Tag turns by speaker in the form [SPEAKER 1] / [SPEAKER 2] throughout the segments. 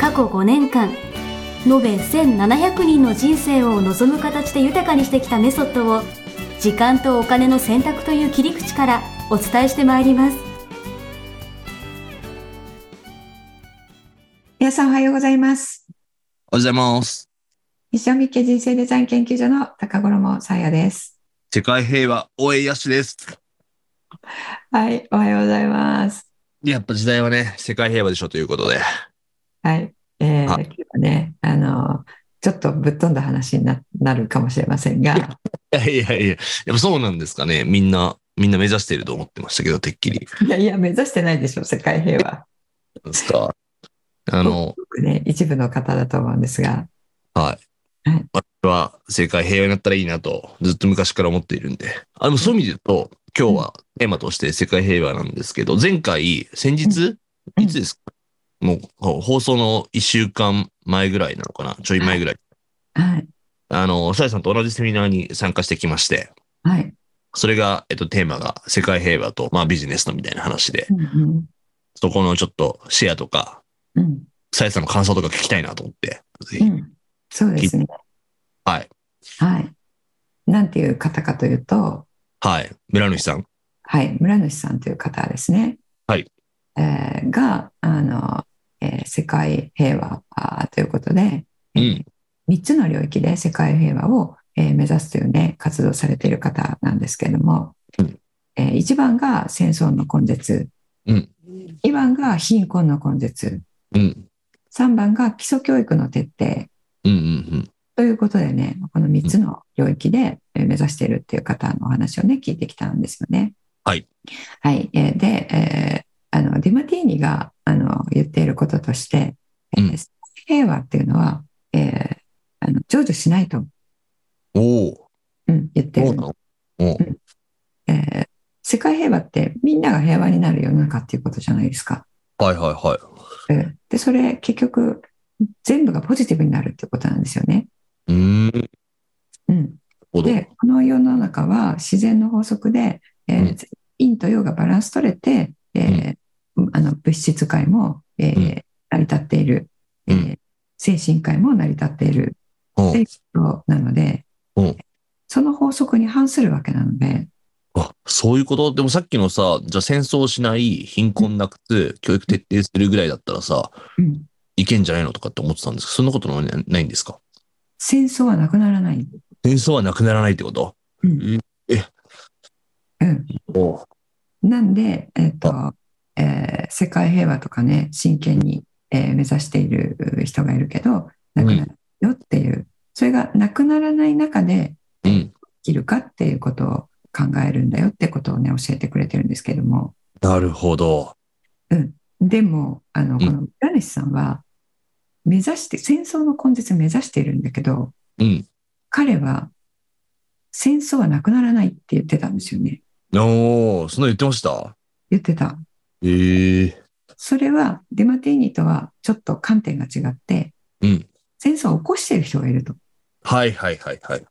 [SPEAKER 1] 過去5年間延べ1700人の人生を望む形で豊かにしてきたメソッドを時間とお金の選択という切り口からお伝えしてまいります
[SPEAKER 2] 皆さんおはようございます
[SPEAKER 3] おはようございます。
[SPEAKER 2] 西尾美家人生デザイン研究所の高頃もさやです
[SPEAKER 3] 世界平和、大江しです。
[SPEAKER 2] はいおはようございます
[SPEAKER 3] やっぱ時代はね、世界平和でしょと いうことで。
[SPEAKER 2] はい、えー、
[SPEAKER 3] は
[SPEAKER 2] 今日はねあのちょっとぶっ飛んだ話にななるかもしれません が
[SPEAKER 3] いやいやいや、やっぱそうなんですかね。みんな、みんな目指してると思ってましたけど、てっきり。
[SPEAKER 2] いやいや目指してないでしょ世界平 和
[SPEAKER 3] ですか。あの、
[SPEAKER 2] ごくね一部の方だと思うんですが
[SPEAKER 3] 私は世界平和になったらいいなと、ずっと昔から思っているんで。あ、でもそういう意味で言うと、今日はテーマとして世界平和なんですけど、前回、先日、
[SPEAKER 2] うん
[SPEAKER 3] いつですかもう放送の一週間前ぐらいなのかなちょい前ぐらい。
[SPEAKER 2] はい
[SPEAKER 3] あの、さやさんと同じセミナーに参加してきまして、
[SPEAKER 2] はい、
[SPEAKER 3] それが、えっと、テーマが世界平和と、まあ、ビジネスのみたいな話で、
[SPEAKER 2] うんうん
[SPEAKER 3] そこのちょっとシェアとか、
[SPEAKER 2] うん
[SPEAKER 3] さやさんの感想とか聞きたいなと思って、
[SPEAKER 2] う
[SPEAKER 3] ぜひ。
[SPEAKER 2] ん、そうですね
[SPEAKER 3] はい。
[SPEAKER 2] はいなんていう方かというと
[SPEAKER 3] はい。村主さん。
[SPEAKER 2] はい、村主さんという方ですね。
[SPEAKER 3] はい
[SPEAKER 2] えーがあの、えー世界平和あーということで、えー
[SPEAKER 3] うん
[SPEAKER 2] 3つの領域で世界平和を、えー目指すというね活動されている方なんですけれども、
[SPEAKER 3] うん
[SPEAKER 2] えー1番が戦争の根絶
[SPEAKER 3] うん。
[SPEAKER 2] 2番が貧困の根絶
[SPEAKER 3] うん。
[SPEAKER 2] 3番が基礎教育の徹底
[SPEAKER 3] うん。うん。
[SPEAKER 2] ということでねこの3つの領域でえー目指しているっていう方のお話をね聞いてきたんですよね。
[SPEAKER 3] はい、
[SPEAKER 2] はいえーで、えーあのディマティーニがあの言っていることとして、えー
[SPEAKER 3] うん
[SPEAKER 2] 世界平和っていうのは、えーあの成就しないと、
[SPEAKER 3] うん。おお。
[SPEAKER 2] うん、言ってる
[SPEAKER 3] どうな
[SPEAKER 2] の、
[SPEAKER 3] のおー
[SPEAKER 2] えー世界平和ってみんなが平和になる世の中っていうことじゃないですか。
[SPEAKER 3] はいはいはい。
[SPEAKER 2] うんでそれ結局全部がポジティブになるっていうことなんですよね。
[SPEAKER 3] うーん。なる
[SPEAKER 2] うん、
[SPEAKER 3] ほど。
[SPEAKER 2] でこの世の中は自然の法則で、えー
[SPEAKER 3] うん
[SPEAKER 2] 陰と陽がバランス取れて、えーあの物質界も、えー
[SPEAKER 3] うん
[SPEAKER 2] 成り立っている、えー
[SPEAKER 3] うん
[SPEAKER 2] 精神界も成り立っている
[SPEAKER 3] お
[SPEAKER 2] で
[SPEAKER 3] ー
[SPEAKER 2] そうなので、
[SPEAKER 3] うん
[SPEAKER 2] その法則に反するわけなので、
[SPEAKER 3] あ、そういうことでもさっきのさ、じゃあ戦争しない、貧困なくて、教育徹底するぐらいだったらさ、
[SPEAKER 2] うん
[SPEAKER 3] いけんじゃないのとかって思ってたんですけど、そんなことないないんですか
[SPEAKER 2] 戦争はなくならない、
[SPEAKER 3] 戦争はなくならないってこと
[SPEAKER 2] うんうん
[SPEAKER 3] おー
[SPEAKER 2] なんで、えーとえー世界平和とかね真剣に、えー目指している人がいるけどなくなるよっていう、それがなくならない中で
[SPEAKER 3] うん。
[SPEAKER 2] 生きるかっていうことを考えるんだよってことをね教えてくれてるんですけども
[SPEAKER 3] なるほど。
[SPEAKER 2] でもあの
[SPEAKER 3] ん
[SPEAKER 2] この村主さんは目指して戦争の根絶を目指しているんだけど
[SPEAKER 3] うん。
[SPEAKER 2] 彼は戦争はなくならないって言ってたんですよね
[SPEAKER 3] おー、そんなの言ってました
[SPEAKER 2] 言ってた
[SPEAKER 3] ええ
[SPEAKER 2] それはデマティーニとはちょっと観点が違って
[SPEAKER 3] うん。
[SPEAKER 2] 戦争を起こしている人がいると、
[SPEAKER 3] はいはいはいはい。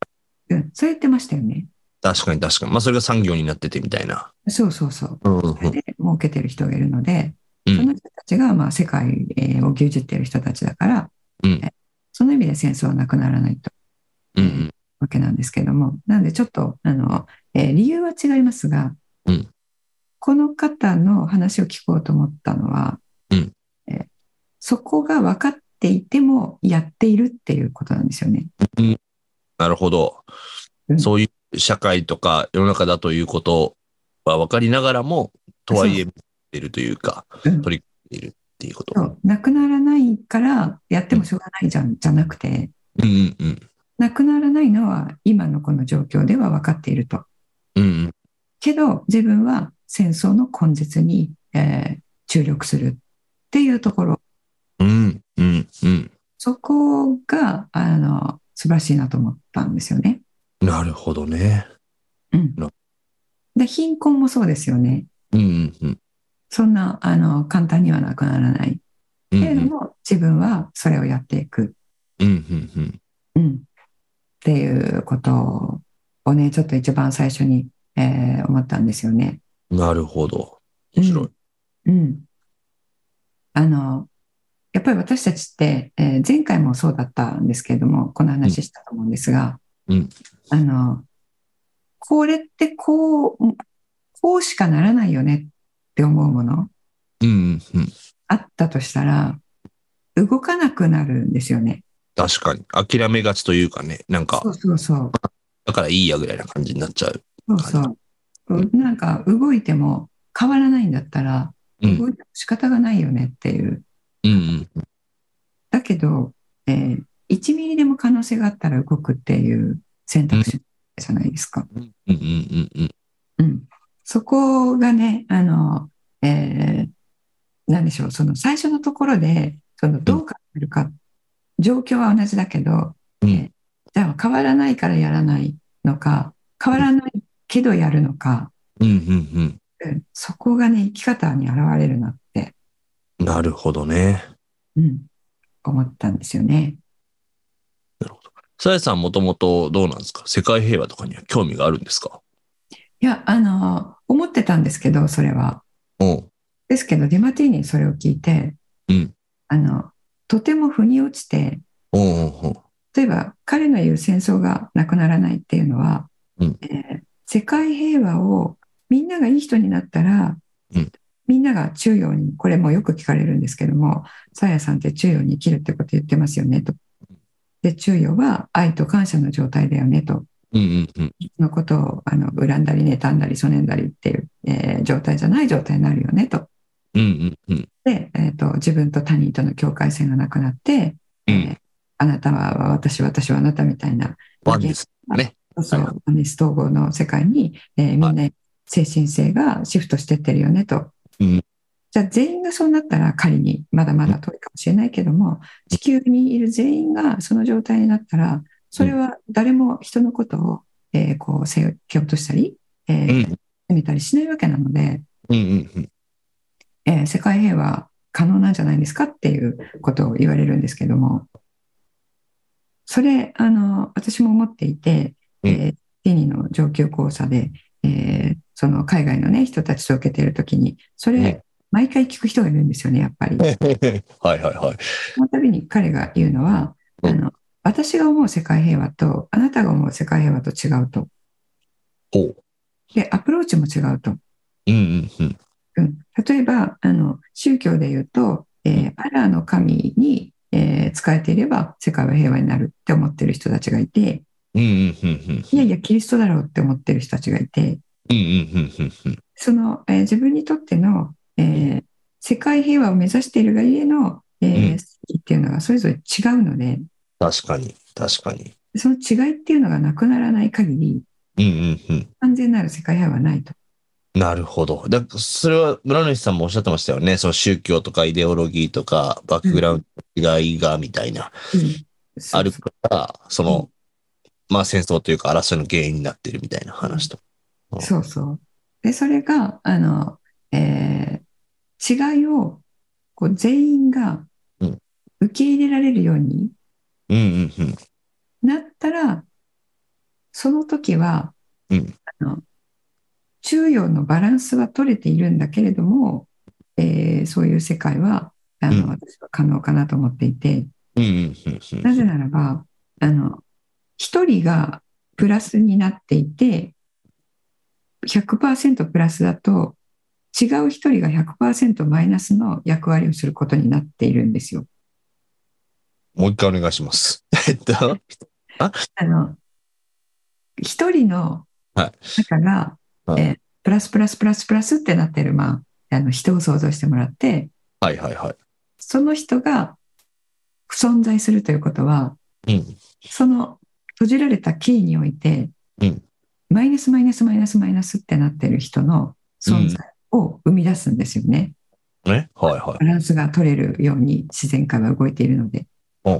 [SPEAKER 2] うん、そう言ってましたよね
[SPEAKER 3] 確かに確かに。まあそれが産業になっててみたいな。
[SPEAKER 2] そうそうそう
[SPEAKER 3] うんうん
[SPEAKER 2] それで儲けてる人がいるので、
[SPEAKER 3] うん
[SPEAKER 2] その人たちがまあ世界えーを牛耳っている人たちだから、
[SPEAKER 3] うん
[SPEAKER 2] えーその意味で戦争はなくならないという
[SPEAKER 3] うん。
[SPEAKER 2] わけなんですけどもなんでちょっとあの、えー理由は違いますが、
[SPEAKER 3] うん
[SPEAKER 2] この方の話を聞こうと思ったのは、
[SPEAKER 3] うん
[SPEAKER 2] えーそこが分かっていてもやっているっていうことなんですよね。
[SPEAKER 3] なるほど
[SPEAKER 2] う。ん
[SPEAKER 3] そういう社会とか世の中だということは分かりながらも、とはいえ、いるというか、
[SPEAKER 2] うん
[SPEAKER 3] 取り組んでいるっていうこと。
[SPEAKER 2] そうなくならないからやってもしょうがないじゃんじゃなくて
[SPEAKER 3] うんうんうん。
[SPEAKER 2] なくならないのは今のこの状況では分かっていると。
[SPEAKER 3] うんうん。
[SPEAKER 2] けど自分は戦争の根絶に、えー注力するっていうところ
[SPEAKER 3] うんうんうん
[SPEAKER 2] そこがあの素晴らしいなと思ったんですよね。
[SPEAKER 3] なるほどね。
[SPEAKER 2] うん
[SPEAKER 3] な、
[SPEAKER 2] で貧困もそうですよね。
[SPEAKER 3] うんうん
[SPEAKER 2] そんなあの簡単にはなくならない
[SPEAKER 3] うん。うん
[SPEAKER 2] けれども、自分はそれをやっていく、
[SPEAKER 3] うんうんうん。
[SPEAKER 2] うん、っていうことをねちょっと一番最初に、えー思ったんですよね。
[SPEAKER 3] なるほど。面白い。
[SPEAKER 2] うん。あの、やっぱり私たちって、えー前回もそうだったんですけれども、この話したと思うんですが、
[SPEAKER 3] うん
[SPEAKER 2] あの、これってこう、こうしかならないよねって思うもの
[SPEAKER 3] うんうんうん。
[SPEAKER 2] あったとしたら、動かなくなるんですよね。
[SPEAKER 3] 確かに。諦めがちというかね。なんか
[SPEAKER 2] そ、うそうそう。
[SPEAKER 3] だからいいやぐらいな感じになっちゃう。
[SPEAKER 2] そうそう。なんか動いても変わらないんだったら、
[SPEAKER 3] うん。
[SPEAKER 2] 動いても仕方がないよねっていう。
[SPEAKER 3] うんうん。
[SPEAKER 2] だけど、えー1ミリでも可能性があったら動くっていう選択肢じゃないですか。
[SPEAKER 3] うんうんうんうん。
[SPEAKER 2] うん、そこがねあの、えーなんでしょうその最初のところでそのどう考えるか状況は同じだけど
[SPEAKER 3] うん
[SPEAKER 2] じゃあ変わらないからやらないのか変わらないけどやるのか、
[SPEAKER 3] うんうん
[SPEAKER 2] うんそこがね生き方に現れるなって、
[SPEAKER 3] うん。なるほどね。
[SPEAKER 2] うん、思ったんですよね。
[SPEAKER 3] さやさんもともとどうなんですか世界平和とかには興味があるんですか
[SPEAKER 2] いやあの思ってたんですけどそれは。
[SPEAKER 3] うん。
[SPEAKER 2] ですけどディマティーニにそれを聞いて、
[SPEAKER 3] うん
[SPEAKER 2] あのとても腑に落ちて
[SPEAKER 3] うんうんうん。
[SPEAKER 2] 例えば彼の言う戦争がなくならないっていうのは、
[SPEAKER 3] うん
[SPEAKER 2] えー世界平和をみんながいい人になったら、
[SPEAKER 3] うん
[SPEAKER 2] みんなが中央にこれもよく聞かれるんですけども「さやさんって中央に生きるってこと言ってますよね」と。で中央は愛と感謝の状態だよねと
[SPEAKER 3] うんうんうん。
[SPEAKER 2] のことをあの恨んだり妬んだりそねんだりっていう、えー状態じゃない状態になるよねと。
[SPEAKER 3] うんうんうん。
[SPEAKER 2] で、えー、と自分と他人との境界線がなくなって、
[SPEAKER 3] う
[SPEAKER 2] え
[SPEAKER 3] ん
[SPEAKER 2] ー。あなたは私私はあなたみたいな
[SPEAKER 3] ワンです。
[SPEAKER 2] そうそう
[SPEAKER 3] は
[SPEAKER 2] アネス統合の世界に、えーみんな精神性がシフトしてってるよねと、
[SPEAKER 3] うん
[SPEAKER 2] じゃあ全員がそうなったら仮にまだまだ遠いかもしれないけども地球にいる全員がその状態になったらそれは誰も人のことを、えーこう背負落としたり、え
[SPEAKER 3] う
[SPEAKER 2] ー
[SPEAKER 3] ん
[SPEAKER 2] 責めたりしないわけなので、
[SPEAKER 3] うんうん うん。
[SPEAKER 2] えー世界平和可能なんじゃないですかっていうことを言われるんですけどもそれあの私も思っていて、えーディニーの上級講座で、えーその海外の、ね、人たちと受けている時にそ
[SPEAKER 3] ね
[SPEAKER 2] れ毎回聞く人がいるんですよねやっぱり。
[SPEAKER 3] はいはいはい。
[SPEAKER 2] その度に彼が言うのは
[SPEAKER 3] うん
[SPEAKER 2] あの私が思う世界平和とあなたが思う世界平和と違うと
[SPEAKER 3] ほう。
[SPEAKER 2] でアプローチも違うと。
[SPEAKER 3] うんうんうん。
[SPEAKER 2] うん、例えばあの宗教で言うと、えーアラーの神に、えー仕えていれば世界は平和になるって思ってる人たちがいて
[SPEAKER 3] うんうんうんうん。
[SPEAKER 2] いやいやキリストだろうって思ってる人たちがいて
[SPEAKER 3] うんうんうんうん。
[SPEAKER 2] その、えー自分にとっての、えー世界平和を目指しているがゆえの、えー
[SPEAKER 3] うん
[SPEAKER 2] 好きっていうのがそれぞれ違うので
[SPEAKER 3] 確かに、確かに。
[SPEAKER 2] その違いっていうのがなくならない限り
[SPEAKER 3] うんうんうん。
[SPEAKER 2] 完全なる世界平和はないと。
[SPEAKER 3] なるほど。だそれは村主さんもおっしゃってましたよね。その宗教とかイデオロギーとかバックグラウンドの違いがみたいな、
[SPEAKER 2] うん
[SPEAKER 3] あるから、その、まあ戦争というか争いの原因になってるみたいな話と。
[SPEAKER 2] そうそう。で、それが、あの、えー違いを、こう、全員が
[SPEAKER 3] うん
[SPEAKER 2] 受け入れられるように
[SPEAKER 3] うんうんうん。
[SPEAKER 2] なったら、その時は、
[SPEAKER 3] うん
[SPEAKER 2] あの、中庸のバランスは取れているんだけれども、えーそういう世界は、あの、
[SPEAKER 3] うん
[SPEAKER 2] 私は可能かなと思っていて、
[SPEAKER 3] うんうんうんうん。
[SPEAKER 2] なぜならば、あの、一人がプラスになっていて、100%プラスだと、違う一人が100%マイナスの役割をすることになっているんですよ。
[SPEAKER 3] もう一回お願いします。 えっと、
[SPEAKER 2] あの、一人の
[SPEAKER 3] はい
[SPEAKER 2] 中が、
[SPEAKER 3] はい
[SPEAKER 2] えープラスプラスプラスプラスってなってる、まあ、あの人を想像してもらって、
[SPEAKER 3] はいはいはい。
[SPEAKER 2] その人が存在するということは、
[SPEAKER 3] うん。
[SPEAKER 2] その閉じられたキーにおいて、
[SPEAKER 3] うん
[SPEAKER 2] マイナスマイナスマイナスマイナスってなってる人の存在を生み出すんですよね。
[SPEAKER 3] ね。はいはい。
[SPEAKER 2] バランスが取れるように自然界は動いているので。
[SPEAKER 3] うん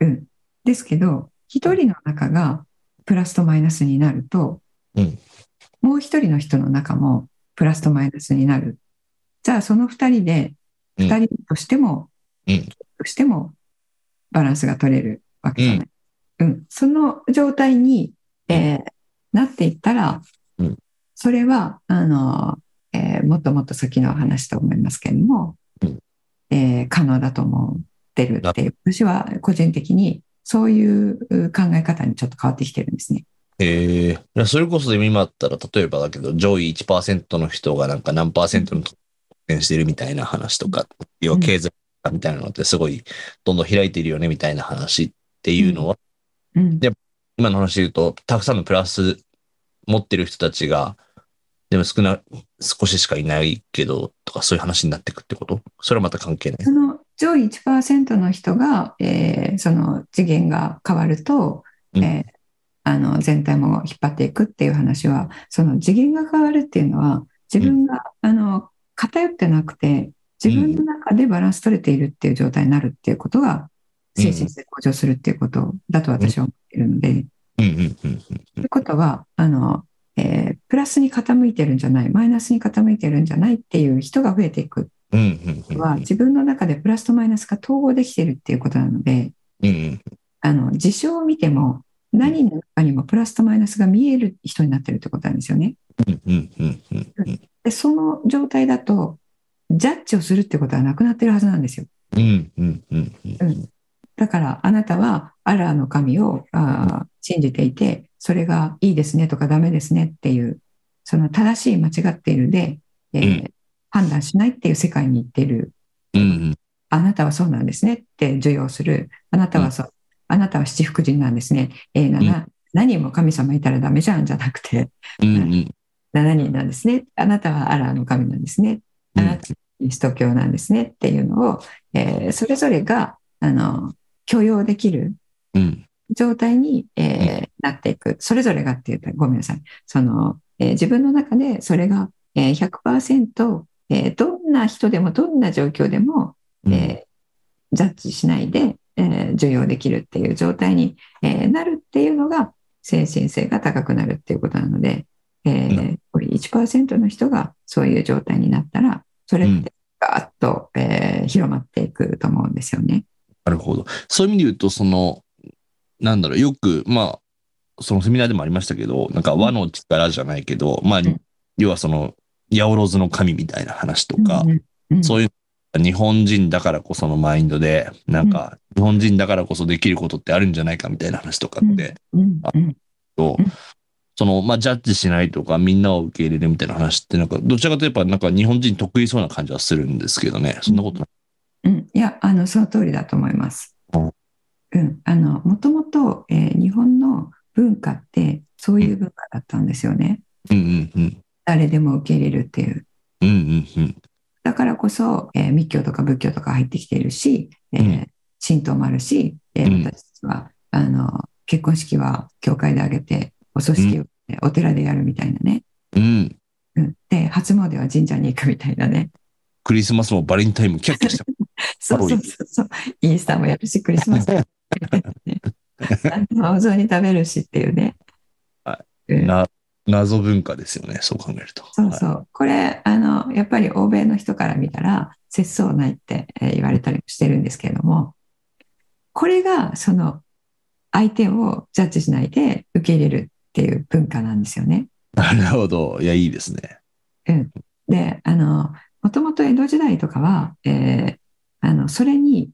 [SPEAKER 2] うん、ですけど一人の中がプラスとマイナスになると、
[SPEAKER 3] うん
[SPEAKER 2] もう一人の人の中もプラスとマイナスになるじゃあその二人で
[SPEAKER 3] うん
[SPEAKER 2] 二人としても、
[SPEAKER 3] うん
[SPEAKER 2] としてもバランスが取れるわけじゃない、うんその状態に、えーなっていったら、
[SPEAKER 3] うん
[SPEAKER 2] それはあの、えーもっともっと先の話と思いますけれども、
[SPEAKER 3] うん
[SPEAKER 2] えー可能だと思ってるっていう私は個人的にそういうう考え方にちょっと変わってきてるんですね。
[SPEAKER 3] へえー。それこそでも今だったら、例えばだけど、上位1%の人がなんか何パーセントの得点してるみたいな話とか、要は経済みたいなのってすごいどんどん開いてるよねみたいな話っていうのは、
[SPEAKER 2] うん
[SPEAKER 3] で今の話で言うと、たくさんのプラス持ってる人たちが、でも少な、少ししかいないけど、とかそういう話になってくってことそれはまた関係ない
[SPEAKER 2] そ。の上位1%の人が、えーその次元が変わると、
[SPEAKER 3] うん
[SPEAKER 2] えーあの全体も引っ張っていくっていう話はその次元が変わるっていうのは自分が、あの偏ってなくて自分の中でバランス取れているっていう状態になるっていうことが精神性向上するっていうことだと私は思っているので、
[SPEAKER 3] うんうんうんう
[SPEAKER 2] と
[SPEAKER 3] ん
[SPEAKER 2] いうことはあの、えープラスに傾いてるんじゃないマイナスに傾いてるんじゃないっていう人が増えていく
[SPEAKER 3] うん。うんうんうん。
[SPEAKER 2] は自分の中でプラスとマイナスが統合できてるっていうことなので
[SPEAKER 3] うんうん。
[SPEAKER 2] あの事象を見ても何の中にもプラスとマイナスが見える人になってるってことなんですよね。
[SPEAKER 3] うんうんうんうんうん。
[SPEAKER 2] でその状態だとジャッジをするってことはなくなってるはずなんですよ。
[SPEAKER 3] うんうんうんうん。
[SPEAKER 2] だからあなたはアラーの神をあー信じていてそれがいいですねとかダメですねっていうその正しい間違っているで、えー
[SPEAKER 3] う
[SPEAKER 2] 判断しないっていう世界に行ってる
[SPEAKER 3] うん
[SPEAKER 2] あなたはそうなんですねって授与する。あなたはそう。あなたは七福神なんですね。えーなな何人も神様いたらダメじゃんじゃなくて、
[SPEAKER 3] うんうんうん。
[SPEAKER 2] 7人なんですね。あなたはアラーの神なんですね。あなたはキリスト教なんですねっていうのを、えーそれぞれがあの許容できる
[SPEAKER 3] うん
[SPEAKER 2] 状態に、えーなっていく。それぞれがって言ったらごめんなさい。その、えー自分の中でそれが、えー100%、えーどんな人でもどんな状況でも
[SPEAKER 3] うん。
[SPEAKER 2] えージャッジしないで、えー受容できるっていう状態に、えーなるっていうのが精神性が高くなるっていうことなので、えーこれ1%の人がそういう状態になったらそれっ
[SPEAKER 3] うん
[SPEAKER 2] てガーッと、えー広まっていくと思うんですよね。
[SPEAKER 3] なるほど。そういう意味で言うと、その、なんだろう、よく、まあ、そのセミナーでもありましたけど、なんか和の力じゃないけど、まあ
[SPEAKER 2] うん、
[SPEAKER 3] 要はその、八百万の神みたいな話とか、
[SPEAKER 2] うん
[SPEAKER 3] そういう、日本人だからこそのマインドで、なんか、日本人だからこそできることってあるんじゃないかみたいな話とかって、
[SPEAKER 2] うんうん
[SPEAKER 3] と
[SPEAKER 2] うん
[SPEAKER 3] その、まあ、ジャッジしないとか、みんなを受け入れるみたいな話って、なんか、どちらかといえば、なんか日本人得意そうな感じはするんですけどね、そんなことない。
[SPEAKER 2] うん、いやあのその通りだと思います
[SPEAKER 3] うん。
[SPEAKER 2] うん、あのもともと、えー日本の文化ってそういう文化だったんですよね。
[SPEAKER 3] うんうんうん。
[SPEAKER 2] 誰でも受け入れるっていう
[SPEAKER 3] うんうんうん。
[SPEAKER 2] だからこそ、えー密教とか仏教とか入ってきているし、えー
[SPEAKER 3] うん
[SPEAKER 2] 神道もあるし、えー
[SPEAKER 3] うん
[SPEAKER 2] 私たちはあの結婚式は教会で挙げてお葬式をお寺でやるみたいなね、
[SPEAKER 3] うん。
[SPEAKER 2] うん、で初詣は神社に行くみたいな ね
[SPEAKER 3] クリスマスもバレンタインもキャッキャして
[SPEAKER 2] そうそうそうそうイースターもやるしクリスマスもやる し、ね、 何でもお雑煮食べるしっていうね。
[SPEAKER 3] は
[SPEAKER 2] うん
[SPEAKER 3] な謎文化ですよね、そう考えると。
[SPEAKER 2] そうそ
[SPEAKER 3] は
[SPEAKER 2] う。これ、あの、やっぱり欧米の人から見たら、節操ないってえー言われたりもしてるんですけれども、これが、その、相手をジャッジしないで受け入れるっていう文化なんですよね。
[SPEAKER 3] い なるほど。いや、いいですね。
[SPEAKER 2] で、あの、もともと江戸時代とかは、えーあの、それに、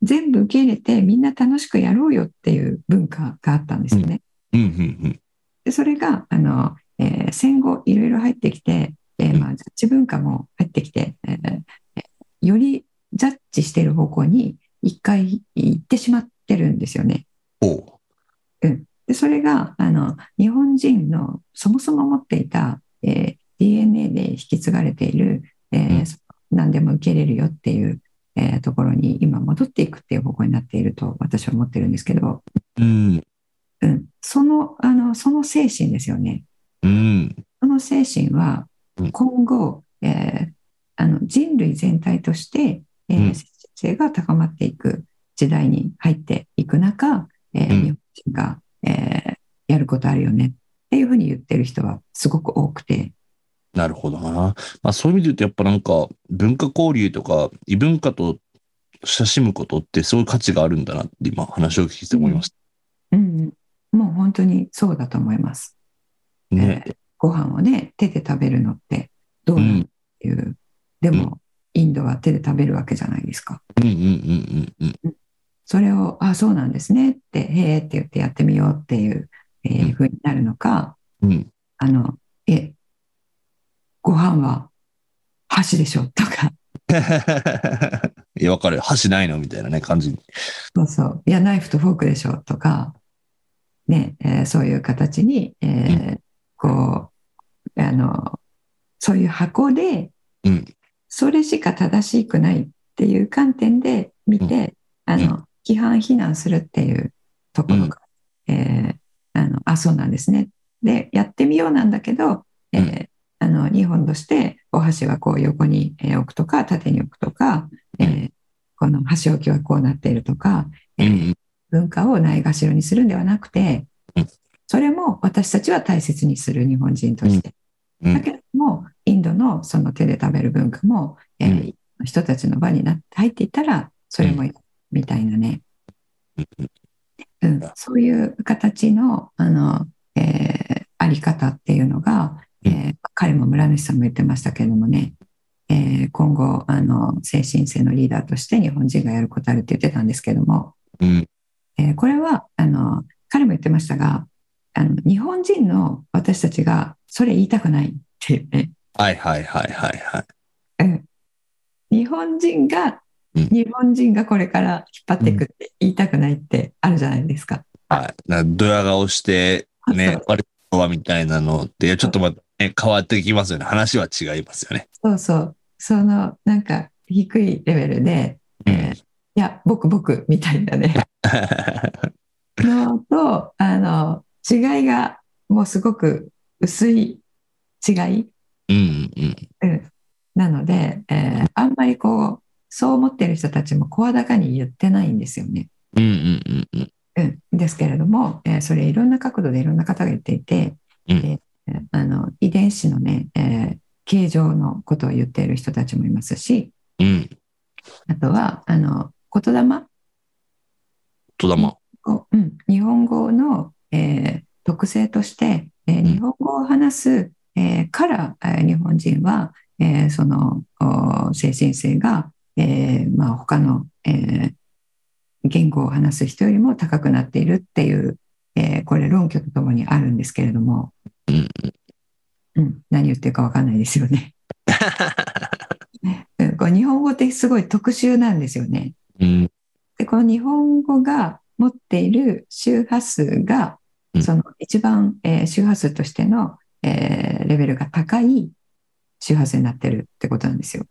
[SPEAKER 2] 全部受け入れてみんな楽しくやろうよっていう文化があったんですよね。
[SPEAKER 3] うん、うん、
[SPEAKER 2] でそれがあの、えー戦後いろいろ入ってきて、えーまあ、ジャッジ文化も入ってきて、えーえーよりジャッジしてる方向に一回行ってしまってるんですよね。
[SPEAKER 3] うん。おう。
[SPEAKER 2] でそれがあの日本人のそもそも持っていた、えー DNA で引き継がれている、えー
[SPEAKER 3] うん
[SPEAKER 2] そ何でも受け入れるよっていう、えーところに今戻っていくっていう方向になっていると私は思ってるんですけど、
[SPEAKER 3] うん、
[SPEAKER 2] うん、そのあのその精神ですよね。
[SPEAKER 3] うん、
[SPEAKER 2] その精神は
[SPEAKER 3] うん
[SPEAKER 2] 今後、えーあの人類全体として、えー
[SPEAKER 3] うん
[SPEAKER 2] 精神性が高まっていく時代に入っていく中、えー
[SPEAKER 3] うん
[SPEAKER 2] 日本人が、えーやることあるよねっていうふうに言ってる人はすごく多くて、
[SPEAKER 3] なるほどな。まあそういう意味で言うと、やっぱなんか文化交流とか異文化と親しむことってすごい価値があるんだなって今話を聞いて思いまし
[SPEAKER 2] うん、もう本当にそうだと思います。
[SPEAKER 3] た。ね。
[SPEAKER 2] ご飯をね手で食べるのってどう
[SPEAKER 3] う
[SPEAKER 2] なのっ
[SPEAKER 3] ん。
[SPEAKER 2] ていう、で
[SPEAKER 3] う
[SPEAKER 2] もインドは手で食べるわけじゃないですか
[SPEAKER 3] うんうんうんうんうん。
[SPEAKER 2] それを「あそうなんですね」って「へえ」って言ってやってみようっていう、えー
[SPEAKER 3] うん
[SPEAKER 2] 風になるのか
[SPEAKER 3] うん。
[SPEAKER 2] 「あのえご飯は箸でしょ」とか
[SPEAKER 3] いや、わかる。箸ないのみたいなね、感じ。
[SPEAKER 2] 「そうそういやナイフとフォークでしょ」とか、ねえーそういう形に、えーこうあのそういう箱で
[SPEAKER 3] うん。
[SPEAKER 2] それしか正しくないっていう観点で見て、あの規範非難するっていうところが、えーあのあそうなんですねでやってみようなんだけど、えーあの日本としてお箸はこう横にえー置くとか縦に置くとか、えーこの箸置きはこうなっているとか
[SPEAKER 3] うんうん。
[SPEAKER 2] 文化をないがしろにするんではなくて、
[SPEAKER 3] うん
[SPEAKER 2] それも私たちは大切にする日本人として。
[SPEAKER 3] う
[SPEAKER 2] だ
[SPEAKER 3] ん。
[SPEAKER 2] けどもインドのその手で食べる文化も、えー
[SPEAKER 3] うん
[SPEAKER 2] 人たちの場になって入っていたらそれもいいみたいなね、うん、そういう形のあの、えーあり方っていうのが、えー彼も村主さんも言ってましたけれどもね、えー今後あの精神性のリーダーとして日本人がやることあるって言ってたんですけども、
[SPEAKER 3] うん。
[SPEAKER 2] えーこれはあの彼も言ってましたがあの日本人の私たちがそれ言いたくないっていうね
[SPEAKER 3] はいはいはいはいはい。
[SPEAKER 2] うん日本人が、
[SPEAKER 3] うん
[SPEAKER 2] 日本人がこれから引っ張っていくって言いたくないってあるじゃないですか。
[SPEAKER 3] はい。なドヤ顔して、ね、悪い言葉みたいなのって、ちょっとまた、ね、変わってきますよね。話は違いますよね。
[SPEAKER 2] そうそうそのなんか低いレベルで、
[SPEAKER 3] う
[SPEAKER 2] えーいや僕僕みたいな ねのとあの違いがもうすごく薄い違い、
[SPEAKER 3] うん うん。
[SPEAKER 2] うんなので、えーあんまりこうそう思ってる人たちも声高に言ってないんですよね。
[SPEAKER 3] うんうんうんうん。
[SPEAKER 2] うん、ですけれども、えーそれいろんな角度でいろんな方が言っていて、
[SPEAKER 3] うん
[SPEAKER 2] えーあの遺伝子のね、えー形状のことを言っている人たちもいますし
[SPEAKER 3] うん。
[SPEAKER 2] あとはあの言霊
[SPEAKER 3] とだま。
[SPEAKER 2] を、うん、日本語の、えー特性として、えー
[SPEAKER 3] うん
[SPEAKER 2] 日本語を話す、えーから、えー日本人は、えーそのお精神性が、えーまあ、他の、えー言語を話す人よりも高くなっているっていう、えーこれ論拠とともにあるんですけれども、
[SPEAKER 3] うん
[SPEAKER 2] うん何言ってるか分かんないですよね。 うんこれ日本語ってすごい特殊なんですよね。
[SPEAKER 3] うん。
[SPEAKER 2] でこの日本語が持っている周波数が、
[SPEAKER 3] うん
[SPEAKER 2] その一番、えー周波数としての、えーレベルが高い周波数になってるってことなんですよ。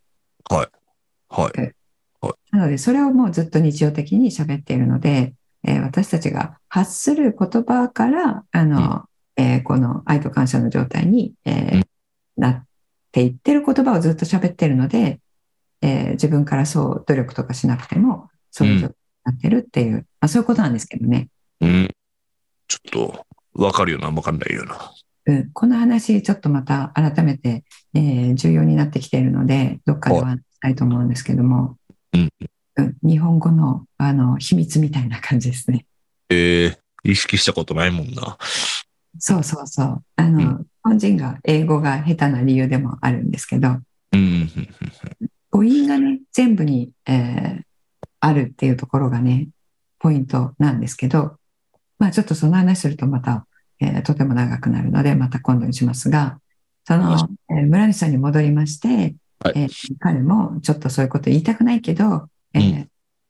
[SPEAKER 3] はい。
[SPEAKER 2] なのでそれをもうずっと日常的に喋っているので、えー私たちが発する言葉からあの、えーこの愛と感謝の状態に、えー
[SPEAKER 3] うん
[SPEAKER 2] なっていってる言葉をずっと喋ってるので、えー自分からそう努力とかしなくてもそういう状態になってるっていう、まあ、そういうことなんですけどね。
[SPEAKER 3] うん。ちょっと、わかるような、わかんないような。
[SPEAKER 2] うん、この話ちょっとまた改めて、えー重要になってきているのでどっかでお話ししたいと思うんですけども、
[SPEAKER 3] うん
[SPEAKER 2] うん日本語のあの秘密みたいな感じですね。
[SPEAKER 3] ええ意識したことないもんな。
[SPEAKER 2] そうそうそうあの、
[SPEAKER 3] うん
[SPEAKER 2] 日本人が英語が下手な理由でもあるんですけど
[SPEAKER 3] うんうんうん。
[SPEAKER 2] 母音がね全部に、えーあるっていうところがねポイントなんですけど、まあ、ちょっとその話するとまた、えーとても長くなるのでまた今度にしますがその
[SPEAKER 3] は、
[SPEAKER 2] えー村西さんに戻りまして、
[SPEAKER 3] はい
[SPEAKER 2] えー彼もちょっとそういうこと言いたくないけど、えー
[SPEAKER 3] う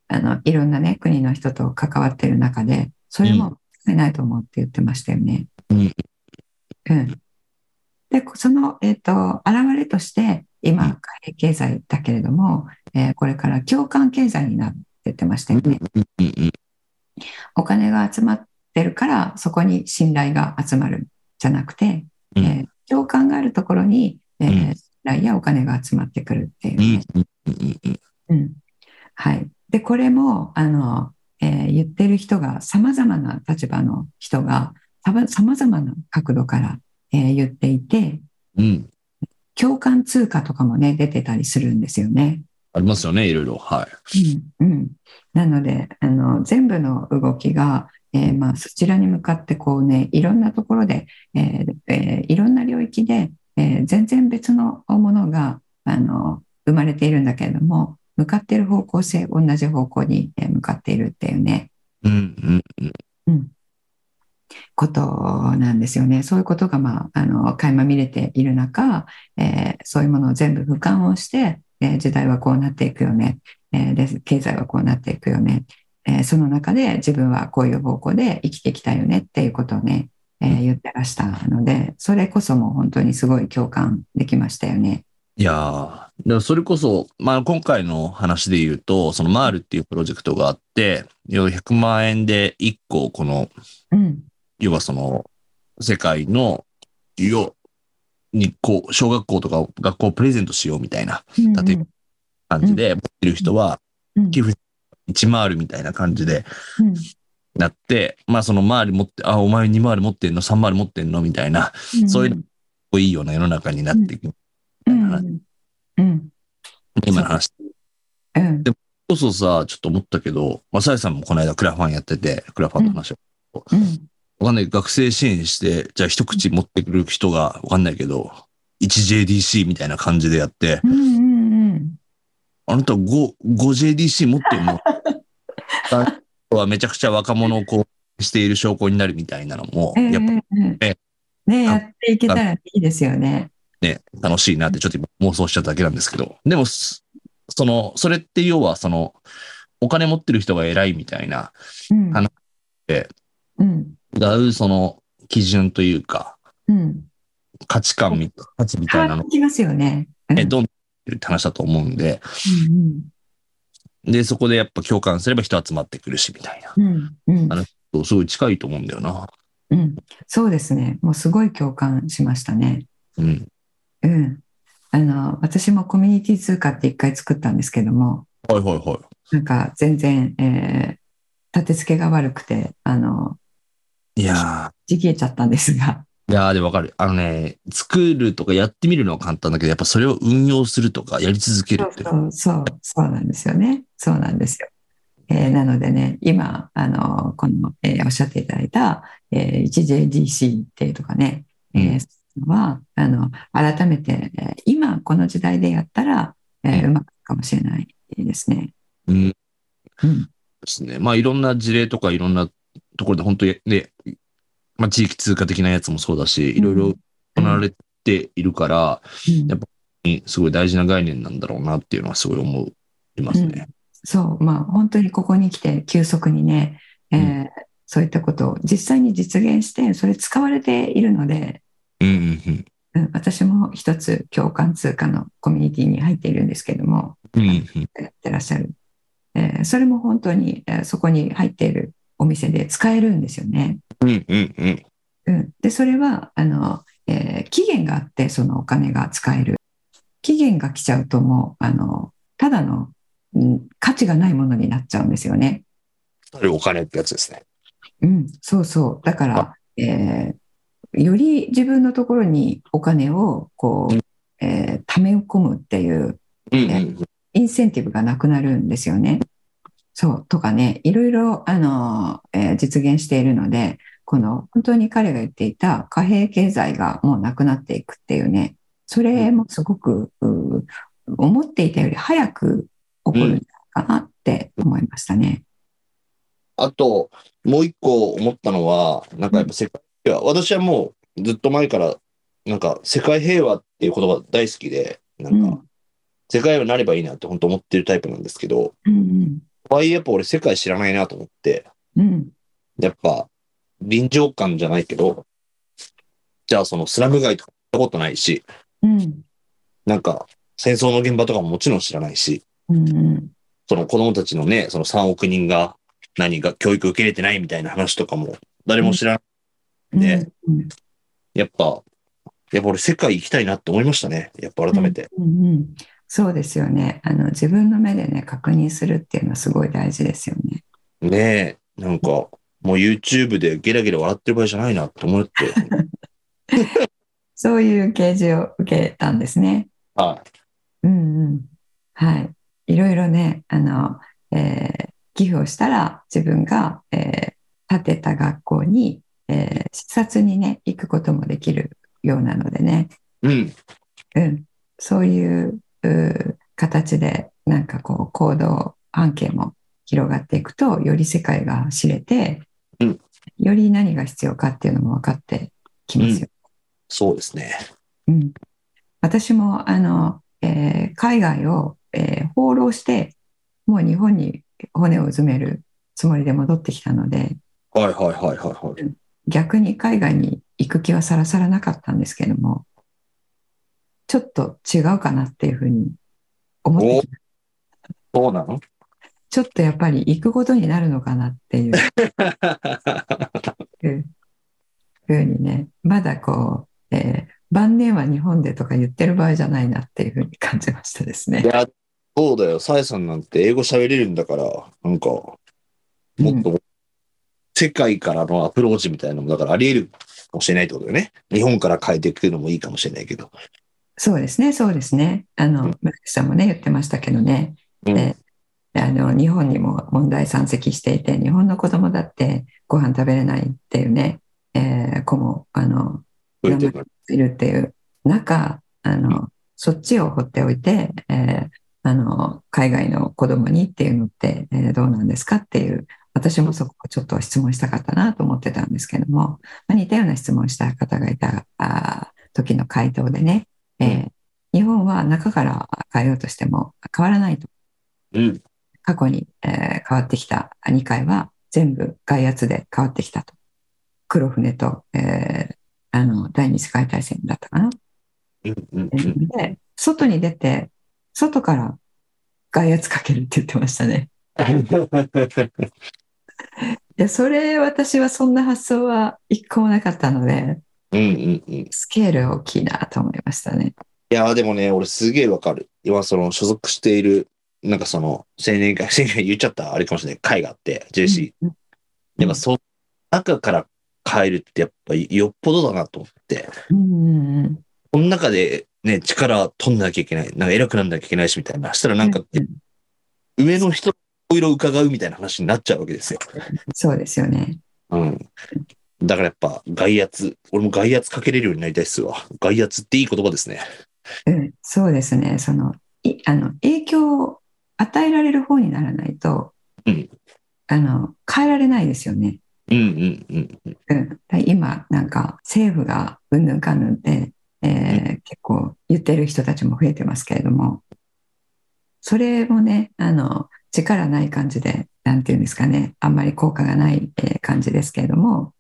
[SPEAKER 2] あのいろんなね国の人と関わってる中でそれも使えないと思うって言ってましたよね。
[SPEAKER 3] うん
[SPEAKER 2] うんでその、えー、と現れとして
[SPEAKER 3] う
[SPEAKER 2] 今
[SPEAKER 3] ん
[SPEAKER 2] 貨幣経済だけれども、えーこれから共感経済になるって言ってましたよね。
[SPEAKER 3] うんうん。
[SPEAKER 2] お金が集まってるからそこに信頼が集まるじゃなくて、
[SPEAKER 3] うん
[SPEAKER 2] えー共感があるところに、えー
[SPEAKER 3] うん
[SPEAKER 2] 信頼やお金が集まってくるっていう
[SPEAKER 3] う
[SPEAKER 2] ね、
[SPEAKER 3] んうんうんうん。
[SPEAKER 2] うんはい、でで、これも、あの、えー言ってる人が、様々な立場の人が、さま様々な角度から、えー言っていて、
[SPEAKER 3] うん。
[SPEAKER 2] 共感通貨とかもね、出てたりするんですよね。
[SPEAKER 3] ありますよね、いろいろ。はい。
[SPEAKER 2] うんうん、なのであの全部の動きが、えーまあ、そちらに向かってこうねいろんなところで、えーえーいろんな領域で、えー全然別のものがあの生まれているんだけれども向かっている方向性同じ方向にえー向かっているっていうね
[SPEAKER 3] うん、うん、
[SPEAKER 2] ことなんですよね。そういうことが、まあ、あの垣間見れている中、えーそういうものを全部俯瞰をして、えー時代はこうなっていくよね、えーで経済はこうなっていくよね、えーその中で自分はこういう方向で生きていきたいよねっていうことをね、えー言ってらしたのでそれこそもう本当にすごい共感できましたよね。
[SPEAKER 3] いやーだからそれこそ、まあ、今回の話で言うと、そのマールっていうプロジェクトがあって、要は100万円で1個、この、
[SPEAKER 2] うん
[SPEAKER 3] 要はその、世界の、要、にこう、小学校とか学校をプレゼントしようみたいな例えば感じで、持ってる人は
[SPEAKER 2] うん、
[SPEAKER 3] 寄付1マールみたいな感じで
[SPEAKER 2] うん
[SPEAKER 3] なって、まあそのマール持って、あ、お前2マール持ってんの ?3 マール持ってんのみたいな、
[SPEAKER 2] うん
[SPEAKER 3] そういうのこういいような世の中になっていく。
[SPEAKER 2] うんうんうん
[SPEAKER 3] 今の話。
[SPEAKER 2] うん
[SPEAKER 3] こそさ、ちょっと思ったけど、まあ、さやさんもこの間クラファンやってて、クラファンの話を。
[SPEAKER 2] うん
[SPEAKER 3] わかんない。学生支援して、じゃあ一口持ってくる人がわかんないけど、1JDC みたいな感じでやって、
[SPEAKER 2] うんうんうん
[SPEAKER 3] あなた 5, 5JDC 持ってるのあとはめちゃくちゃ若者をこうしている証拠になるみたいなのも、
[SPEAKER 2] ええ
[SPEAKER 3] やっぱ
[SPEAKER 2] ええねやっていけたらいいですよね。
[SPEAKER 3] ね、楽しいなってちょっと今妄想しちゃっただけなんですけど、でも、すその、それって要はその、お金持ってる人が偉いみたいな、
[SPEAKER 2] うん
[SPEAKER 3] あのえ
[SPEAKER 2] うん
[SPEAKER 3] うその基準というか、
[SPEAKER 2] うん
[SPEAKER 3] 価値観み、価値みたいな
[SPEAKER 2] 変わ
[SPEAKER 3] の
[SPEAKER 2] ってきますよね。
[SPEAKER 3] ね、
[SPEAKER 2] うん
[SPEAKER 3] どんどん出てるって話だと思うんで、
[SPEAKER 2] う
[SPEAKER 3] で、そこでやっぱ共感すれば人集まってくるし、みたいな。
[SPEAKER 2] んうんうん
[SPEAKER 3] あのそうすごい近いと思うんだよな。
[SPEAKER 2] うんそうですね。もうすごい共感しましたね。
[SPEAKER 3] うん。
[SPEAKER 2] うん。あの、私もコミュニティ通貨って一回作ったんですけども、
[SPEAKER 3] はいはいはい。
[SPEAKER 2] なんか全然、えー、立て付けが悪くて、あの、
[SPEAKER 3] いや
[SPEAKER 2] ちぎれちゃったんですが、
[SPEAKER 3] ー。いやーでわかる。あのね、作るとかやってみるのは簡単だけど、やっぱそれを運用するとか、やり続ける
[SPEAKER 2] そう
[SPEAKER 3] って。
[SPEAKER 2] そうそうそうなんですよね。そうなんですよ。えーなのでね、今、あの、この、えーおっしゃっていただいた、えー 1JDC っていうとかね、えー
[SPEAKER 3] うん
[SPEAKER 2] そういうのは、あの、改めて、えー今、この時代でやったら、えー
[SPEAKER 3] う
[SPEAKER 2] うまくいくかもしれないですね。
[SPEAKER 3] うん。で
[SPEAKER 2] うん。
[SPEAKER 3] すね。まあいろんな事例とかいろんなところで本当にね、まあ地域通貨的なやつもそうだし、いろいろ行われているから、
[SPEAKER 2] うん
[SPEAKER 3] やっぱすごい大事な概念なんだろうなっていうのはすごい思いますね。
[SPEAKER 2] そう、まあ、本当にここに来て、急速にね、えーそういったことを実際に実現して、それ使われているので、
[SPEAKER 3] うんうんうん。
[SPEAKER 2] うん、私も一つ共感通貨のコミュニティに入っているんですけども
[SPEAKER 3] うんうん
[SPEAKER 2] やってらっしゃる、えーそれも本当に、えーそこに入っているお店で使えるんですよね。
[SPEAKER 3] うんうんうん。
[SPEAKER 2] うん、でそれはあの、えー期限があってそのお金が使える期限が来ちゃうともうあのただの、うん価値がないものになっちゃうんですよね。
[SPEAKER 3] それお金ってやつですね。
[SPEAKER 2] うん、そうそうだから、えーより自分のところにお金をこう、えー溜め込むっていう
[SPEAKER 3] うん
[SPEAKER 2] うんインセンティブがなくなるんですよね。そうとかねいろいろ、あのえー実現しているのでこの本当に彼が言っていた貨幣経済がもうなくなっていくっていうねそれもすごく、うー思っていたより早く起こるんじゃないかなって思いましたね。
[SPEAKER 3] あと、もう一個思ったのは、なんかやっぱ世界平和、私はもうずっと前から、なんか世界平和っていう言葉大好きで、なん
[SPEAKER 2] う
[SPEAKER 3] か
[SPEAKER 2] ん、
[SPEAKER 3] 世界平和になればいいなって本当思ってるタイプなんですけど、
[SPEAKER 2] うん
[SPEAKER 3] とはいえやっぱ俺世界知らないなと思って、
[SPEAKER 2] うんうん
[SPEAKER 3] やっぱ臨場感じゃないけど、じゃあそのスラム街とか行ったことないし、
[SPEAKER 2] うん
[SPEAKER 3] なんか戦争の現場とかももちろん知らないし、
[SPEAKER 2] うんうん
[SPEAKER 3] その子供たちのね、その3億人が何が教育受け入れてないみたいな話とかも誰も知らない。ね
[SPEAKER 2] うん
[SPEAKER 3] やっぱ、やっぱ俺世界行きたいなって思いましたね。やっぱ改めて。
[SPEAKER 2] うんうんそうですよね。あの、自分の目でね、確認するっていうのはすごい大事ですよね。
[SPEAKER 3] ねえ、なんか、もう YouTube でゲラゲラ笑ってる場合じゃないなって思って。
[SPEAKER 2] そういう啓示を受けたんですね。
[SPEAKER 3] は
[SPEAKER 2] うんうん。はい。いろいろね、あの、えー寄付をしたら自分が、えー建てた学校に、えー視察にね、行くこともできるようなのでね、
[SPEAKER 3] い。うん。
[SPEAKER 2] うん。そういううー形で、なんかこう、行動、半径も広がっていくと、より世界が知れて、
[SPEAKER 3] うん
[SPEAKER 2] より何が必要かっていうのも分かってきますよね
[SPEAKER 3] そうですね。
[SPEAKER 2] うん、私もあの、えー海外を、えー放浪してもう日本に骨を埋めるつもりで戻ってきたので
[SPEAKER 3] はいはいはいはいはい。
[SPEAKER 2] 逆に海外に行く気はさらさらなかったんですけどもちょっと違うかなっていうふうに思ってきた
[SPEAKER 3] そうなの
[SPEAKER 2] ちょっとやっぱり行くことになるのかなっていうふうにねまだこう、えー晩年は日本でとか言ってる場合じゃないなっていうふうに感じましたですね
[SPEAKER 3] い。や、そうだよ。さえさんなんて英語喋れるんだから、なんか、もっと、世界からのアプローチみたいなのも、だからあり得るかもしれないってことだよね。日本から変えていくのもいいかもしれないけど。
[SPEAKER 2] そうですね、そうですね。あ
[SPEAKER 3] う
[SPEAKER 2] の
[SPEAKER 3] ん、
[SPEAKER 2] 村木さんもね、言ってましたけどね、
[SPEAKER 3] うん
[SPEAKER 2] えあの、日本にも問題山積していて、日本の子供だってご飯食べれないっていうね、えー子も、あの、
[SPEAKER 3] 増えてるのに
[SPEAKER 2] いるっていう中、あの、そっちを放っておいて、えーあの、海外の子供にっていうのって、えーどうなんですかっていう、私もそこをちょっと質問したかったなと思ってたんですけども、まあ、似たような質問した方がいたあー時の回答でね、えー日本は中から変えようとしても変わらないと。
[SPEAKER 3] うん。
[SPEAKER 2] 過去に、えー変わってきた2回は全部外圧で変わってきたと。黒船と、えーあの第二次世界大戦だったかな。
[SPEAKER 3] うん。うん。うん
[SPEAKER 2] で、外に出て、外から外圧かけるって言ってましたね。 いや、それ、私はそんな発想は一個もなかったので、
[SPEAKER 3] うんうんうん。い
[SPEAKER 2] スケール大きいなと思いましたね。
[SPEAKER 3] やー、でもね、俺すげえわかる。今、その所属している、なんかその、青年会、青年会言っちゃった、あれかもしれない、会があって、JC。
[SPEAKER 2] うん
[SPEAKER 3] でも、そう、中から変えるってやっぱりよっぽどだなと思って、
[SPEAKER 2] うんうんうん
[SPEAKER 3] この中でね、力取んなきゃいけない、なんか偉くなんなきゃいけないし、みたいな。したらなんか、
[SPEAKER 2] うん
[SPEAKER 3] 上の人、いろいろ伺うみたいな話になっちゃうわけですよ。
[SPEAKER 2] そうですよね。
[SPEAKER 3] うん。だからやっぱ、外圧。俺も外圧かけれるようになりたいっすわ。外圧っていい言葉ですね。
[SPEAKER 2] うん、そうですね。その、い、あの、影響を与えられる方にならないと、
[SPEAKER 3] うん
[SPEAKER 2] あの、変えられないですよね。
[SPEAKER 3] うんうんうん。
[SPEAKER 2] うん、だから今、なんか、政府がうんぬんかんぬんって、えー結構言ってる人たちも増えてますけれども、それもね、あの、力ない感じで、なんていうんですかね、あんまり効果がない、えー感じですけれども、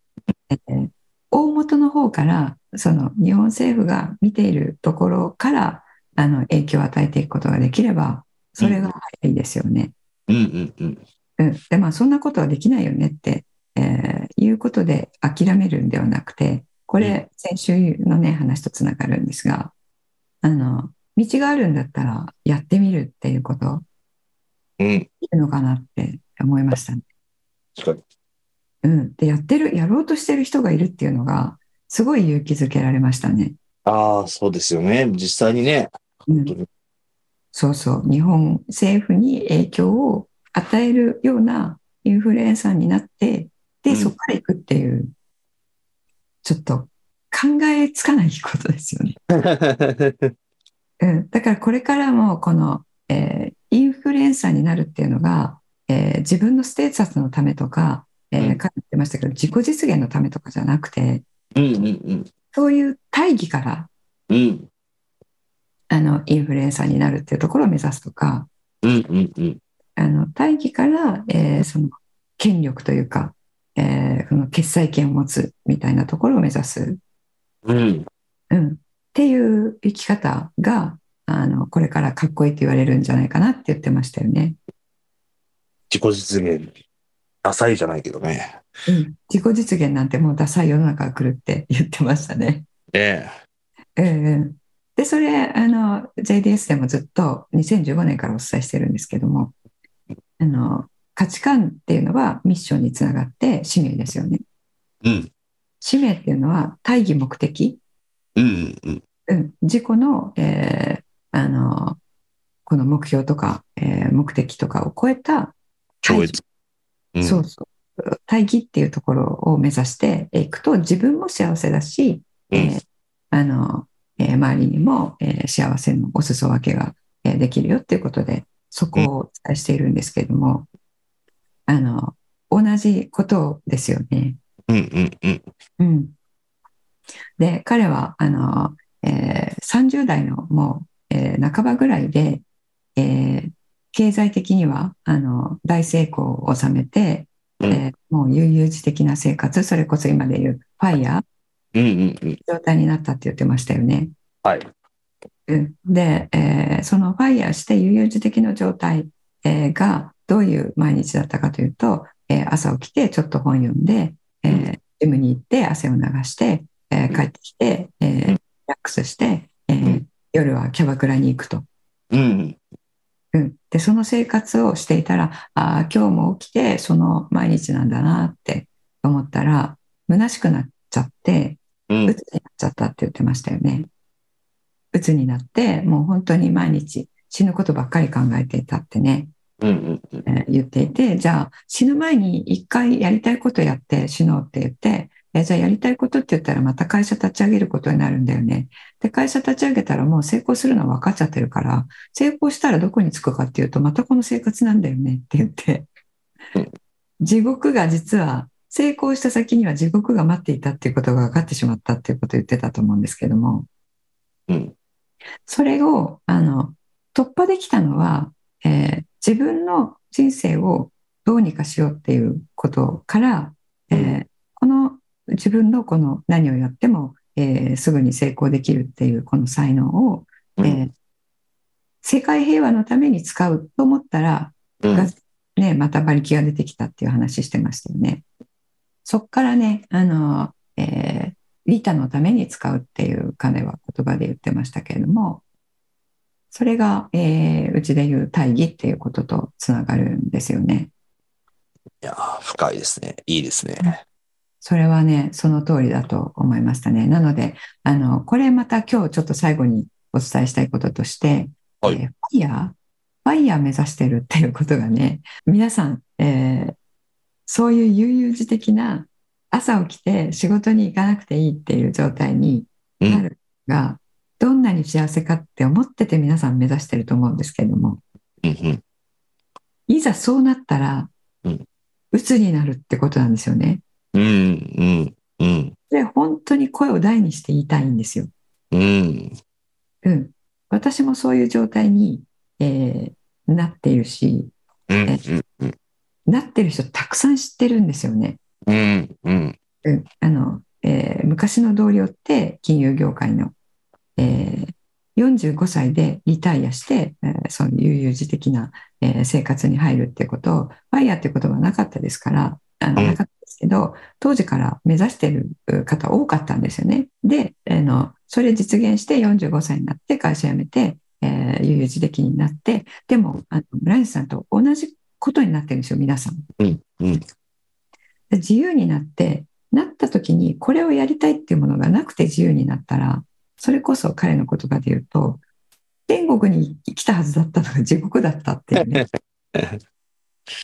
[SPEAKER 2] えー大元の方から、その日本政府が見ているところから、あの、影響を与えていくことができれば、それがいいですよね。
[SPEAKER 3] うんうんうん。
[SPEAKER 2] うん、でまあそんなことはできないよねって、えーいうことで諦めるんではなくてこれ先週のね話とつながるんですがあの道があるんだったらやってみるっていうこと
[SPEAKER 3] うん。
[SPEAKER 2] いいのかなって思いましたね。
[SPEAKER 3] 確か
[SPEAKER 2] うん、でやってるやろうとしてる人がいるっていうのがすごい勇気づけられましたね。
[SPEAKER 3] ああ、そうですよね。実際にね。
[SPEAKER 2] うん
[SPEAKER 3] 当に、
[SPEAKER 2] そうそう日本政府に影響を与えるようなインフルエンサーになってで、
[SPEAKER 3] うん
[SPEAKER 2] そこから行くっていうちょっと考えつかないことですよね、 うん、だからこれからもこの、えーインフルエンサーになるっていうのが、えー自分のステータスのためとか、えー
[SPEAKER 3] うん
[SPEAKER 2] 彼言ってましたけど自己実現のためとかじゃなくて
[SPEAKER 3] うんうんうん。
[SPEAKER 2] そういう大義から
[SPEAKER 3] うん
[SPEAKER 2] あのインフルエンサーになるっていうところを目指すとか、
[SPEAKER 3] うんうんうん。
[SPEAKER 2] あの大義から、えーその権力というか、えーこの決裁権を持つみたいなところを目指す、
[SPEAKER 3] うん。
[SPEAKER 2] うん、っていう生き方があのこれからかっこいいって言われるんじゃないかなって言ってましたよね。
[SPEAKER 3] 自己実現。浅いじゃないけどね。
[SPEAKER 2] うん、自己実 現なんてもうダサい世の中が来るって言ってましたね。
[SPEAKER 3] ええ。
[SPEAKER 2] うんうんで、それ、あの、JDS でもずっと2015年からお伝えしてるんですけども、あの、価値観っていうのはミッションにつながって使命ですよね。
[SPEAKER 3] うん。
[SPEAKER 2] 使命っていうのは大義目的、
[SPEAKER 3] うん。うん。
[SPEAKER 2] うん、自己の、えーあの、この目標とか、えー目的とかを超えた、
[SPEAKER 3] 超越。うん
[SPEAKER 2] そうそう、大義っていうところを目指していくと、自分も幸せだし、
[SPEAKER 3] うん
[SPEAKER 2] えーあの、えー周りにも、えー幸せのお裾分けが、えーできるよっていうことで、そこをお伝えしているんですけれども、あの、同じことですよね。
[SPEAKER 3] うん。うん。うん。
[SPEAKER 2] うん、で彼はあの、えー30代のもう、えー半ばぐらいで、えー経済的にはあの大成功を収めて、
[SPEAKER 3] うん
[SPEAKER 2] えーもう悠々自適な生活それこそ今でいうファイヤー
[SPEAKER 3] うん。うん。うん。
[SPEAKER 2] 状態になったって言ってましたよね。
[SPEAKER 3] はい。
[SPEAKER 2] うんで、えーそのファイヤーして悠々自適の状態、えーがどういう毎日だったかというと、えー朝起きてちょっと本読んで、えージムに行って汗を流して、えー帰ってきて、えー
[SPEAKER 3] うん
[SPEAKER 2] リラックスして、えー
[SPEAKER 3] うん
[SPEAKER 2] 夜はキャバクラに行くと。
[SPEAKER 3] うん。
[SPEAKER 2] うん、でその生活をしていたらあー今日も起きてその毎日なんだなって思ったら虚しくなっちゃって
[SPEAKER 3] うん。うん
[SPEAKER 2] 鬱になっちゃったって言ってましたよね。鬱になって、もう本当に毎日死ぬことばっかり考えていたってね、
[SPEAKER 3] うん。うん。
[SPEAKER 2] えー言っていて、じゃあ死ぬ前に一回やりたいことやって死のうって言って、えーじゃあやりたいことって言ったらまた会社立ち上げることになるんだよね。で、会社立ち上げたらもう成功するの分かっちゃってるから、成功したらどこに着くかっていうと、またこの生活なんだよねって言って
[SPEAKER 3] うん、
[SPEAKER 2] 地獄が実は成功した先には地獄が待っていたっていうことが分かってしまったっていうことを言ってたと思うんですけども、
[SPEAKER 3] うん。
[SPEAKER 2] それをあの突破できたのは、えー自分の人生をどうにかしようっていうことから、えー
[SPEAKER 3] う
[SPEAKER 2] この自分のこの何をやっても、えーすぐに成功できるっていうこの才能を、えー世界平和のために使うと思ったら、
[SPEAKER 3] うん。
[SPEAKER 2] がね、また馬力が出てきたっていう話してましたよね。そっからね、あの、えー利他のために使うっていう彼は言葉で言ってましたけれども、それが、えーうちで言う大義っていうこととつながるんですよね。
[SPEAKER 3] いやー、深いですね。いいですね。
[SPEAKER 2] それはね、その通りだと思いましたね。なので、あの、これまた今日ちょっと最後にお伝えしたいこととして、
[SPEAKER 3] はい
[SPEAKER 2] えーファイヤー、ファイヤー目指してるっていうことがね、皆さん、えーそういう悠々自適な朝起きて仕事に行かなくていいっていう状態に
[SPEAKER 3] う。
[SPEAKER 2] なんるが、どんなに幸せかって思ってて皆さん目指してると思うんですけれども、
[SPEAKER 3] うん。
[SPEAKER 2] いざそうなったら、
[SPEAKER 3] うん
[SPEAKER 2] 鬱になるってことなんですよね。
[SPEAKER 3] うん。うん。うん。
[SPEAKER 2] で、本当に声を大にして言いたいんですよ。
[SPEAKER 3] うん。
[SPEAKER 2] うん、私もそういう状態に、えーなっているし、
[SPEAKER 3] うん。
[SPEAKER 2] なってる人たくさん知ってるんですよね。
[SPEAKER 3] うん。うん。
[SPEAKER 2] うん、あの、えー昔の同僚って金融業界の、えー45歳でリタイアして、えーその悠々自適な、えー生活に入るってことを、ファイヤーっていう言葉はなかったですから、あの
[SPEAKER 3] うん
[SPEAKER 2] なかったですけど、当時から目指してる方多かったんですよね。で、あのそれ実現して45歳になって会社辞めて、えー悠々自適になって、でも、あの村西さんと同じことになってるんですよ、皆さん。
[SPEAKER 3] うん。うん。
[SPEAKER 2] 自由になってなった時にこれをやりたいっていうものがなくて自由になったらそれこそ彼の言葉で言うと天国に来たはずだったのが地獄だったっていうね。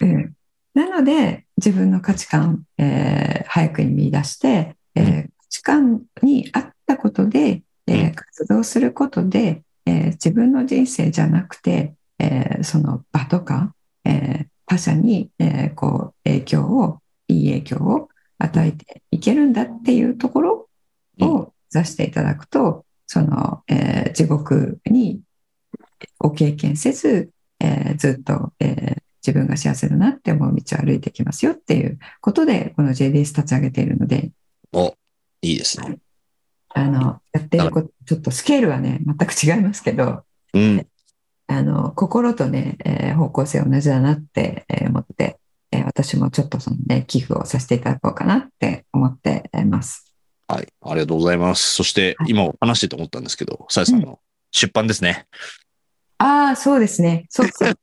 [SPEAKER 2] うん、なので自分の価値観、えー早くに見出して、えー価値観に合ったことで、えー
[SPEAKER 3] うん
[SPEAKER 2] 活動することで、えー自分の人生じゃなくて、えーその場とか、えー他者に、えーこう影響をいい影響を与えていけるんだっていうところを目指していただくと、その、えー地獄にを経験せず、えーずっと、えー自分が幸せだなって思う道を歩いてきますよっていうことでこの JDS 立ち上げているので
[SPEAKER 3] お、 いいですね。
[SPEAKER 2] あのやっていることちょっとスケールはね全く違いますけど
[SPEAKER 3] うん。
[SPEAKER 2] あの心とね、えー方向性同じだなって、えー思って、えー私もちょっとその、ね、寄付をさせていただこうかなって思ってます。
[SPEAKER 3] はい。ありがとうございます。そして、今話してて思ったんですけど、さやさんの出版ですね。
[SPEAKER 2] ああ、そうですね。そうそう。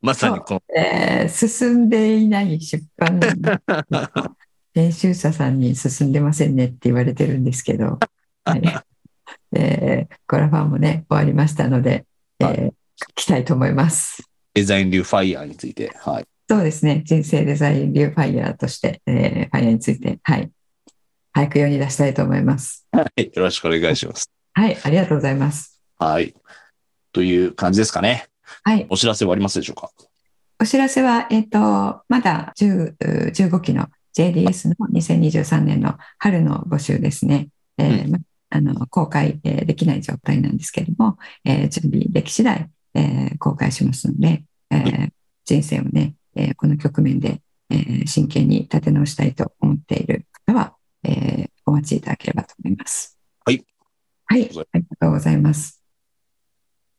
[SPEAKER 3] まさにこの、
[SPEAKER 2] えー進んでいない出版なんで編集者さんに進んでませんねって言われてるんですけど、はいえー、コラファンもね終わりましたので、えー
[SPEAKER 3] は
[SPEAKER 2] 書きたいと思います
[SPEAKER 3] デザイン流ファイヤーについて、はい。
[SPEAKER 2] そうですね人生デザインビューファイヤーとして、えーファイヤーについてはい俳句世に出したいと思います
[SPEAKER 3] はいよろしくお願いします。
[SPEAKER 2] はいありがとうございます
[SPEAKER 3] はい。という感じですかね。
[SPEAKER 2] はい
[SPEAKER 3] お知らせはありますでしょうか
[SPEAKER 2] お知らせは、えっとまだ10う15期の JDS の2023年の春の募集ですね、えーまあの公開、えーできない状態なんですけれども、えー準備でき次第、えー公開しますので、えー人生をね、えーこの局面で、えー真剣に立て直したいと思っている方は、えーお待ちいただければと思います。
[SPEAKER 3] はい、
[SPEAKER 2] はい、ありがとうございます。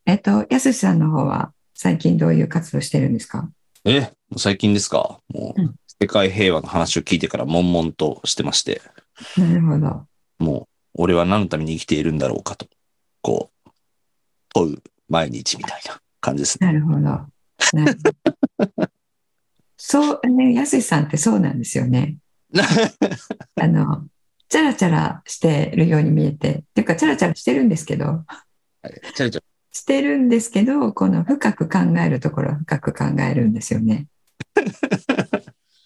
[SPEAKER 2] えっ、と、やすしさんの方は最近どういう活動してるんですか
[SPEAKER 3] え、最近ですかもう、
[SPEAKER 2] うん
[SPEAKER 3] 世界平和の話を聞いてから悶々としてまして、
[SPEAKER 2] なるほど。
[SPEAKER 3] もう、俺は何のために生きているんだろうかと、こう、問う毎日みたいな感じですね。
[SPEAKER 2] なるほど。なるほどそう、ね、安井さんってそうなんですよね。あの、チャラチャラしてるように見えて、っていうか、チャラチャラしてるんですけど、
[SPEAKER 3] はいちょいちょい
[SPEAKER 2] してるんですけど、この深く考えるところは深く考えるんですよね。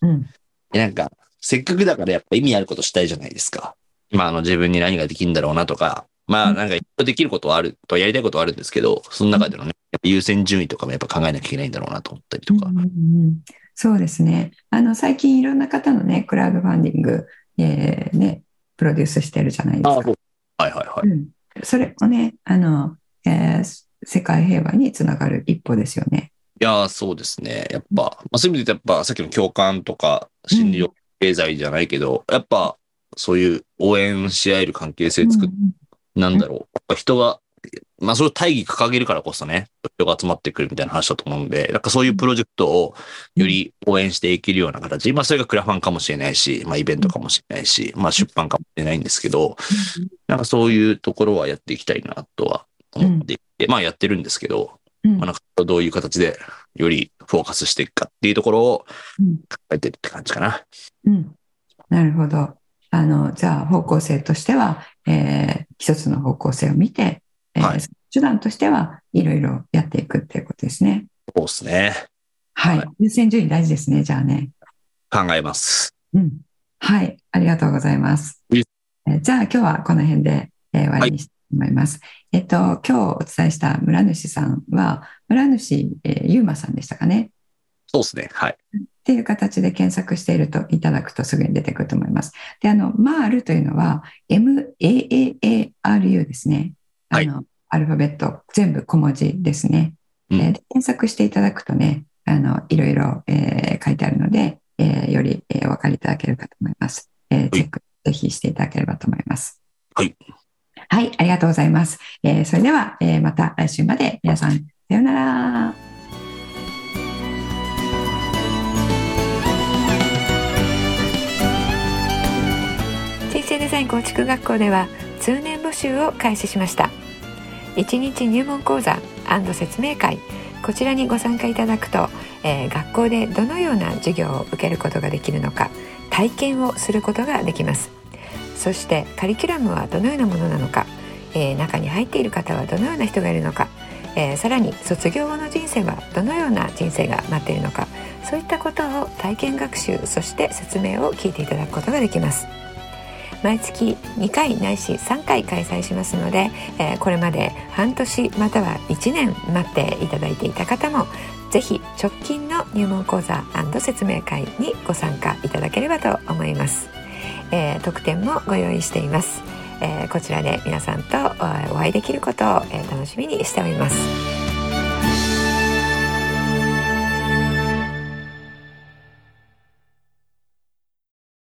[SPEAKER 2] うん、
[SPEAKER 3] えなんか、せっかくだからやっぱ意味あることしたいじゃないですか。まあ、あの、自分に何ができるんだろうなとか、まあ、なんか、いろいろできることはあると、やりたいことはあるんですけど、その中でのね、やっぱ優先順位とかもやっぱ考えなきゃいけないんだろうなと思ったりとか。
[SPEAKER 2] うんうんうんそうですね。あの、最近いろんな方のね、クラウドファンディング、えーね、プロデュースしてるじゃないですか。
[SPEAKER 3] う。はいはいは
[SPEAKER 2] うん、それもねあの、えー世界平和につながる一歩ですよね。
[SPEAKER 3] いやー、そうですね。やっぱ、まあ、そういう意味で言うとやっぱ、さっきの共感とか、心理療経済じゃないけど、やっぱ、そういう応援し合える関係性作っ、なんだろう。やっぱ人が、まあ、それを大義掲げるからこそね、人が集まってくるみたいな話だと思うんで、なんかそういうプロジェクトをより応援していけるような形、まあ、それがクラファンかもしれないし、まあ、イベントかもしれないし、まあ、出版かもしれないんですけど、なんかそういうところはやっていきたいなとは思っていて、まあ、やってるんですけど、
[SPEAKER 2] うん
[SPEAKER 3] まあ、なんかどういう形でよりフォーカスしていくかっていうところを
[SPEAKER 2] うん
[SPEAKER 3] 考えてるって感じかな。
[SPEAKER 2] うんなるほどあのじゃあ方向性としては、えー一つの方向性を見て、えー
[SPEAKER 3] はい
[SPEAKER 2] 手段としてはいろいろやっていくっていうことですね。
[SPEAKER 3] そうですね。
[SPEAKER 2] はい、
[SPEAKER 3] はい
[SPEAKER 2] 優先順位大事ですねじゃあね。
[SPEAKER 3] 考えます。
[SPEAKER 2] うん、はいありがとうございます。
[SPEAKER 3] いい
[SPEAKER 2] えーじゃあ今日はこの辺で、えー終わりにしたいと思います。えっと今日お伝えした村主さんは村主、えー、ゆうまさんでしたかね。
[SPEAKER 3] そうですね。は
[SPEAKER 2] っ
[SPEAKER 3] い。
[SPEAKER 2] ていう形で検索しているといただくとすぐに出てくると思います。で、あの、マールというのは MAAARU ですね。あの、アルファベット全部小文字ですね。
[SPEAKER 3] うん
[SPEAKER 2] えーで検索していただくとね、あの、いろいろ、えー書いてあるので、えーより、えーお分かりいただけるかと思います。えーチェックぜひしていただければと思います。
[SPEAKER 3] はい。
[SPEAKER 2] はい、ありがとうございます。えーそれでは、えーまた来週まで皆さん、さようなら。人生デザイン構築学校では通年募集を開始しました1日入門講座説明会こちらにご参加いただくと、えー学校でどのような授業を受けることができるのか体験をすることができますそしてカリキュラムはどのようなものなのか、えー中に入っている方はどのような人がいるのか、えーさらに卒業後の人生はどのような人生が待っているのかそういったことを体験学習そして説明を聞いていただくことができます毎月2回ないし3回開催しますので、えーこれまで半年または1年待っていただいていた方もぜひ直近の入門講座説明会にご参加いただければと思います、えー特典もご用意しています、えーこちらで皆さんとえーお会いできることをえー楽しみにしております